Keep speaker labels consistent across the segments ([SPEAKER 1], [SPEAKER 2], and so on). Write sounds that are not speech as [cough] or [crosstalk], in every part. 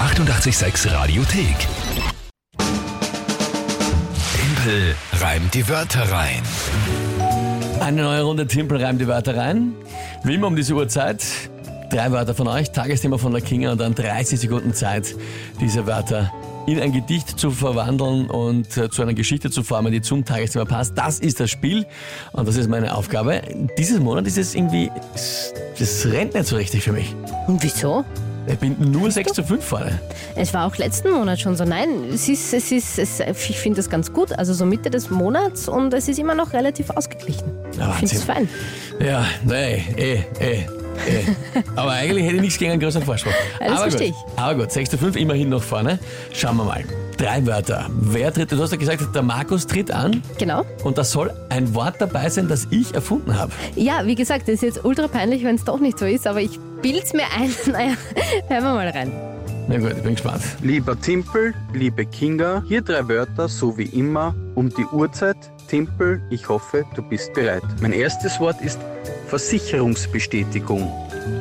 [SPEAKER 1] 886 Radiothek. Tempel reimt die Wörter rein.
[SPEAKER 2] Eine neue Runde Timpel reimt die Wörter rein. Wie immer um diese Uhrzeit. Drei Wörter von euch, Tagesthema von der Kinga und dann 30 Sekunden Zeit, diese Wörter in ein Gedicht zu verwandeln und äh, zu einer Geschichte zu formen, die zum Tagesthema passt. Das ist das Spiel und das ist meine Aufgabe. Dieses Monat ist es irgendwie, es- das rennt nicht so richtig für mich.
[SPEAKER 3] Und wieso?
[SPEAKER 2] Ich bin nur 6 zu 5 vorne.
[SPEAKER 3] Es war auch letzten Monat schon so. Nein, es ist, es ist, es, ich finde das ganz gut. Also so Mitte des Monats und es ist immer noch relativ ausgeglichen.
[SPEAKER 2] Ja,
[SPEAKER 3] ich finde es
[SPEAKER 2] Wahnsinn.
[SPEAKER 3] fein.
[SPEAKER 2] Ja, nee, eh, eh, eh. Aber eigentlich hätte ich nichts gegen einen größeren Vorsprung.
[SPEAKER 3] Ja, das
[SPEAKER 2] aber
[SPEAKER 3] verstehe
[SPEAKER 2] gut, aber gut, 6 zu 5 immerhin noch vorne. Schauen wir mal. Drei Wörter. Wer tritt? Du hast ja gesagt, der Markus tritt an
[SPEAKER 3] Genau.
[SPEAKER 2] und da soll ein Wort dabei sein, das ich erfunden habe.
[SPEAKER 3] Ja, wie gesagt, es ist jetzt ultra peinlich, wenn es doch nicht so ist, aber ich bild's mir ein. [laughs] Naja, hören wir mal rein.
[SPEAKER 2] Na gut, ich bin gespannt.
[SPEAKER 4] Lieber Timpel, liebe Kinga, hier drei Wörter, so wie immer, um die Uhrzeit. Timpel, ich hoffe, du bist bereit. Mein erstes Wort ist Versicherungsbestätigung.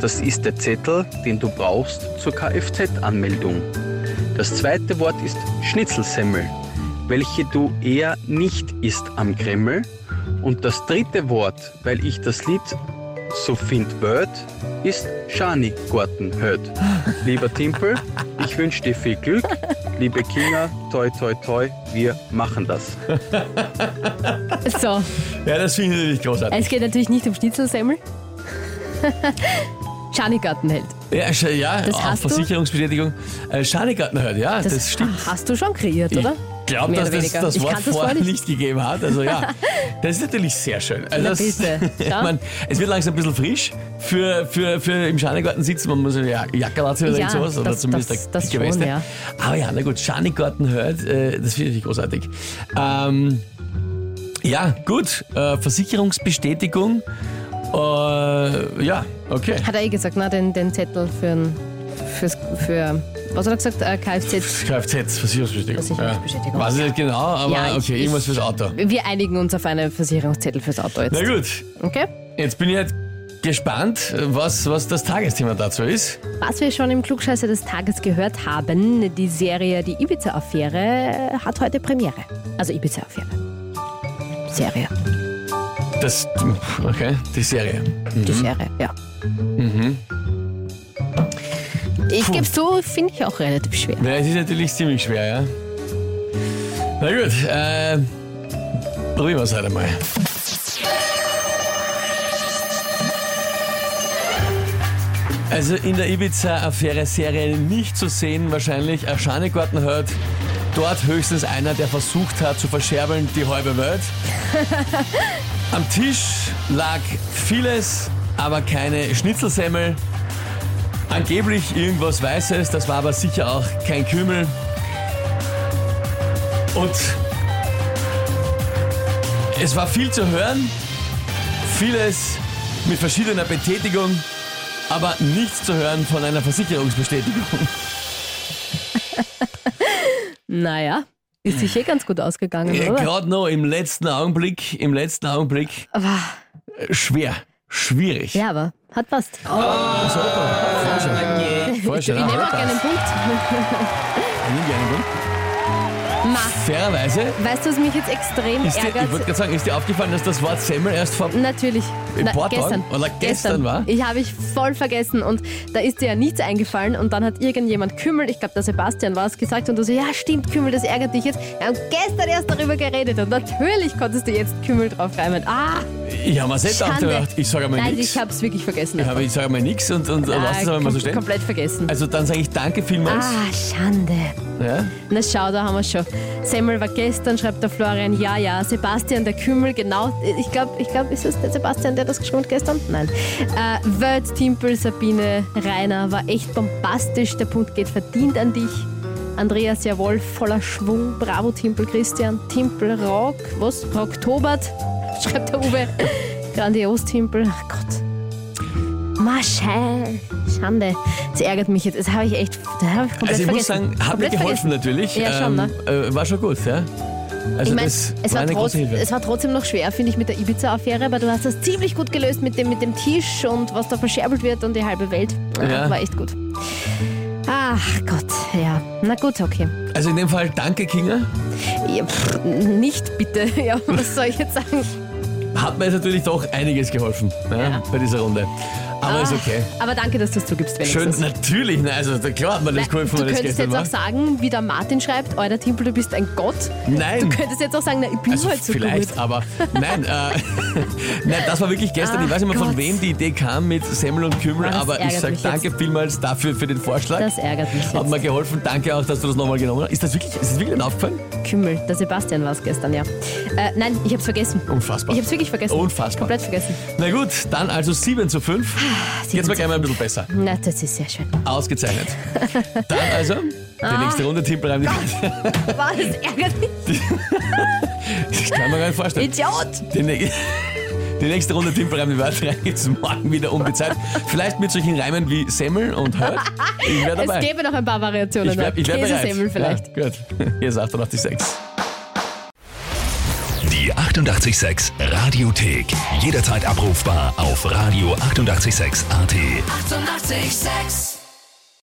[SPEAKER 4] Das ist der Zettel, den du brauchst zur Kfz-Anmeldung. Das zweite Wort ist Schnitzelsemmel, welche du eher nicht isst am Kreml. Und das dritte Wort, weil ich das Lied so find Word, ist Shani Gorten hört. Lieber Timpel, ich wünsche dir viel Glück. Liebe Kinga, toi toi toi, wir machen das.
[SPEAKER 3] So,
[SPEAKER 2] Ja, das finde ich natürlich großartig.
[SPEAKER 3] es geht natürlich nicht um [laughs] Schnitzelsemmel. Gianni Gartenheld.
[SPEAKER 2] Ja, sch- ja
[SPEAKER 3] Das
[SPEAKER 2] auf
[SPEAKER 3] hast du?
[SPEAKER 2] Versicherungsbestätigung. Äh, Schanigarten hört, ja, das, stimmt.
[SPEAKER 3] Hast du schon kreiert, oder?
[SPEAKER 2] Ich glaube,
[SPEAKER 3] Mehr
[SPEAKER 2] dass
[SPEAKER 3] oder
[SPEAKER 2] das,
[SPEAKER 3] weniger.
[SPEAKER 2] das
[SPEAKER 3] Ich
[SPEAKER 2] Wort
[SPEAKER 3] kannte das
[SPEAKER 2] vorher
[SPEAKER 3] Wort
[SPEAKER 2] nicht.
[SPEAKER 3] nicht.
[SPEAKER 2] gegeben hat. Also
[SPEAKER 3] [laughs]
[SPEAKER 2] ja, das ist natürlich sehr schön. Also
[SPEAKER 3] Na
[SPEAKER 2] das,
[SPEAKER 3] bitte,
[SPEAKER 2] [laughs] ich
[SPEAKER 3] schau.
[SPEAKER 2] mein, es wird langsam ein bisschen frisch für, für, für im Schanigarten sitzen. Man muss eine Ja- Jacke anziehen oder
[SPEAKER 3] Ja,
[SPEAKER 2] irgend sowas. Oder
[SPEAKER 3] das-
[SPEAKER 2] zumindest
[SPEAKER 3] das-
[SPEAKER 2] eine
[SPEAKER 3] das
[SPEAKER 2] dicke
[SPEAKER 3] schon,
[SPEAKER 2] Weste.
[SPEAKER 3] ja.
[SPEAKER 2] Aber ja, na gut, Schanigarten hört, äh, das finde ich großartig. Ähm, ja, gut, äh, Versicherungsbestätigung. Äh, ja, okay.
[SPEAKER 3] Hat er eh gesagt, na, den, den Zettel für, ein- fürs, für, was hat er gesagt, äh, Kfz.
[SPEAKER 2] Kfz, Versicherungsbestätigung.
[SPEAKER 3] Versicherungsbestätigung.
[SPEAKER 2] Ja. Weiß ich nicht genau, aber
[SPEAKER 3] Ja, ich-
[SPEAKER 2] okay, irgendwas
[SPEAKER 3] ich-
[SPEAKER 2] fürs Auto.
[SPEAKER 3] Wir einigen uns auf einen Versicherungszettel fürs Auto jetzt.
[SPEAKER 2] Na gut,
[SPEAKER 3] Okay?
[SPEAKER 2] Jetzt bin ich halt gespannt, was, was das Tagesthema dazu ist.
[SPEAKER 3] Was wir schon im Klugscheißer des Tages gehört haben, die Serie Die Ibiza-Affäre hat heute Premiere. Also Ibiza-Affäre. Serie.
[SPEAKER 2] Das, okay, die Serie.
[SPEAKER 3] Die
[SPEAKER 2] Mhm.
[SPEAKER 3] Serie, ja. Ich gebe zu, finde ich auch relativ schwer.
[SPEAKER 2] Ja, es ist natürlich ziemlich schwer, ja. Na gut, äh, probieren wir es halt einmal. Also in der Ibiza-Affäre-Serie nicht zu sehen, wahrscheinlich. Ein Schanigarten hört dort höchstens einer, der versucht hat zu verscherbeln, die halbe Welt. Am Tisch lag vieles, aber keine Schnitzelsemmel. Angeblich irgendwas Weißes, das war aber sicher auch kein Kümmel. Und es war viel zu hören, vieles mit verschiedener Betätigung, aber nichts zu hören von einer Versicherungsbestätigung.
[SPEAKER 3] Naja, ist sich eh ganz gut ausgegangen,
[SPEAKER 2] Hm. Ja,
[SPEAKER 3] oder?
[SPEAKER 2] Gerade noch im letzten Augenblick, im letzten Augenblick
[SPEAKER 3] Aber,
[SPEAKER 2] äh, schwer, schwierig.
[SPEAKER 3] ja, aber hat passt.
[SPEAKER 2] Voll
[SPEAKER 3] ich
[SPEAKER 2] schön,
[SPEAKER 3] nehme
[SPEAKER 2] ja,
[SPEAKER 3] auch gerne einen Punkt.
[SPEAKER 2] nimm gerne den.
[SPEAKER 3] Ma,
[SPEAKER 2] Fairerweise
[SPEAKER 3] weißt du, was mich jetzt extrem
[SPEAKER 2] ist dir, ich
[SPEAKER 3] ärgert?
[SPEAKER 2] wollte gerade sagen, ist dir aufgefallen, dass das Wort Semmel erst vor
[SPEAKER 3] Natürlich.
[SPEAKER 2] In Portland?
[SPEAKER 3] gestern.
[SPEAKER 2] Oder gestern, wa?
[SPEAKER 3] Ich habe ich voll vergessen und da ist dir ja nichts eingefallen und dann hat irgendjemand Kümmel, ich glaube der Sebastian war es, gesagt und du so, ja stimmt Kümmel, das ärgert dich jetzt. Wir haben gestern erst darüber geredet und natürlich konntest du jetzt Kümmel drauf reimen. Ah,
[SPEAKER 2] Ich habe mir selbst auch
[SPEAKER 3] Schande.
[SPEAKER 2] gedacht, ich sage mal
[SPEAKER 3] Nein,
[SPEAKER 2] nichts.
[SPEAKER 3] ich habe es wirklich vergessen.
[SPEAKER 2] Ich, hab, ich sage mal nichts und, und
[SPEAKER 3] Ah,
[SPEAKER 2] lass es aber mal so
[SPEAKER 3] kom-
[SPEAKER 2] stehen.
[SPEAKER 3] Komplett vergessen.
[SPEAKER 2] Also dann sage ich danke vielmals.
[SPEAKER 3] Ah, Schande.
[SPEAKER 2] Ja.
[SPEAKER 3] Na schau, da haben wir schon. Semmel war gestern, schreibt der Florian. Ja, ja, Sebastian, der Kümmel, genau. Ich glaube, ich glaub, ist es der Sebastian, der das geschrieben hat gestern? Nein. Äh, Wörth, Timpel, Sabine, Rainer war echt bombastisch. Der Punkt geht verdient an dich. Andreas, jawohl, voller Schwung. Bravo, Timpel, Christian. Timpel, Rock, was? Rock Tobert, [laughs] schreibt der Uwe. Grandios, Timpel. Ach Gott. Maschei, Schande. Das ärgert mich jetzt. Das habe ich echt. Das habe ich komplett
[SPEAKER 2] Also ich muss
[SPEAKER 3] vergessen.
[SPEAKER 2] sagen, hat mir
[SPEAKER 3] Komplett
[SPEAKER 2] geholfen
[SPEAKER 3] vergessen.
[SPEAKER 2] natürlich.
[SPEAKER 3] Ja, schon, ne?
[SPEAKER 2] ähm, äh, war schon gut, ja. Also
[SPEAKER 3] Ich meine,
[SPEAKER 2] das
[SPEAKER 3] es,
[SPEAKER 2] war
[SPEAKER 3] war
[SPEAKER 2] eine
[SPEAKER 3] trotz-
[SPEAKER 2] große Hilfe.
[SPEAKER 3] es war trotzdem noch schwer, finde ich, mit der Ibiza-Affäre, aber du hast das ziemlich gut gelöst mit dem, mit dem Tisch und was da verscherbelt wird und die halbe Welt. Ah,
[SPEAKER 2] Ja.
[SPEAKER 3] War echt gut. Ah, Ach Gott, ja. Na gut, okay.
[SPEAKER 2] Also in dem Fall danke, Kinga.
[SPEAKER 3] Ja, pff, nicht bitte. [laughs] Ja, was soll ich jetzt sagen?
[SPEAKER 2] Hat mir jetzt natürlich doch einiges geholfen ne,
[SPEAKER 3] Ja.
[SPEAKER 2] bei dieser Runde. Aber ist
[SPEAKER 3] Ah,
[SPEAKER 2] okay.
[SPEAKER 3] Aber danke, dass du es zugibst,
[SPEAKER 2] Schön,
[SPEAKER 3] wenigstens.
[SPEAKER 2] natürlich. Na, also klar hat man das
[SPEAKER 3] Nein,
[SPEAKER 2] geholfen,
[SPEAKER 3] du
[SPEAKER 2] wenn das
[SPEAKER 3] könntest
[SPEAKER 2] gestern
[SPEAKER 3] jetzt
[SPEAKER 2] war.
[SPEAKER 3] auch sagen, wie der Martin schreibt, euer Timpel, du bist ein Gott.
[SPEAKER 2] Nein.
[SPEAKER 3] Du könntest jetzt auch sagen, na, ich bin
[SPEAKER 2] Also
[SPEAKER 3] halt so
[SPEAKER 2] vielleicht,
[SPEAKER 3] gut.
[SPEAKER 2] aber nein, äh, [laughs] nein, das war wirklich gestern. ich
[SPEAKER 3] Ah,
[SPEAKER 2] weiß nicht mehr, von
[SPEAKER 3] Gott. Ah,
[SPEAKER 2] wem die Idee kam mit Semmel und Kümmel,
[SPEAKER 3] Das
[SPEAKER 2] aber ich
[SPEAKER 3] ärgert
[SPEAKER 2] sag
[SPEAKER 3] mich
[SPEAKER 2] danke vielmals dafür für den Vorschlag.
[SPEAKER 3] Das ärgert mich
[SPEAKER 2] Hat mir
[SPEAKER 3] jetzt.
[SPEAKER 2] geholfen. Danke auch, dass du das nochmal genommen hast. Ist das wirklich, ist das wirklich denn aufgefallen?
[SPEAKER 3] Kümmel, der Sebastian war es gestern, ja. Äh, nein, ich hab's vergessen.
[SPEAKER 2] Unfassbar.
[SPEAKER 3] Ich hab's wirklich vergessen.
[SPEAKER 2] Unfassbar.
[SPEAKER 3] Komplett Ah, vergessen.
[SPEAKER 2] Na gut, dann also 7 zu 5. Jetzt mal gleich mal ein bisschen besser.
[SPEAKER 3] Na, das ist sehr schön.
[SPEAKER 2] Ausgezeichnet. Dann also, die
[SPEAKER 3] Ah.
[SPEAKER 2] nächste Runde, Timpelreim. [laughs]
[SPEAKER 3] Wow, das ärgert mich.
[SPEAKER 2] Das kann man gar nicht vorstellen.
[SPEAKER 3] Idiot!
[SPEAKER 2] Die, nä [laughs] die nächste Runde Timpelreim die Wörter rein geht's morgen wieder um die Zeit. Vielleicht mit solchen Reimen wie Semmel und Hört. Ich wäre
[SPEAKER 3] [laughs] Es
[SPEAKER 2] dabei.
[SPEAKER 3] gäbe noch ein paar Variationen.
[SPEAKER 2] Ich bleib, ich bleib bereit.
[SPEAKER 3] Käsesemmel vielleicht.
[SPEAKER 2] Ja, gut. [laughs] Hier ist 886.
[SPEAKER 1] Die 886 Radiothek. Jederzeit abrufbar auf radio886.at. 886!
[SPEAKER 5] 886